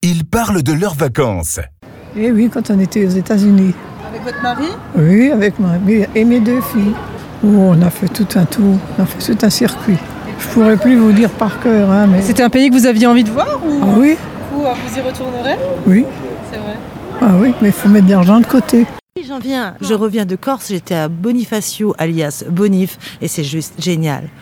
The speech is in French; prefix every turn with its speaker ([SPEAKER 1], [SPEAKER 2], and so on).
[SPEAKER 1] ils parlent de leurs vacances.
[SPEAKER 2] Et Eh oui, quand on était aux États-Unis.
[SPEAKER 3] Avec votre mari
[SPEAKER 2] Oui, avec moi et mes deux filles. Où on a fait tout un tour, on a fait tout un circuit. Je pourrais plus vous dire par cœur, hein, mais.
[SPEAKER 3] C'était un pays que vous aviez envie de voir ou,
[SPEAKER 2] Ah oui,
[SPEAKER 3] ou, euh, vous y retournerez
[SPEAKER 2] oui,
[SPEAKER 3] C'est vrai.
[SPEAKER 2] ah oui, mais il faut mettre de l'argent de côté.
[SPEAKER 4] Oui, J'en viens, je reviens de Corse, j'étais à Bonifacio alias Bonif et c'est juste génial.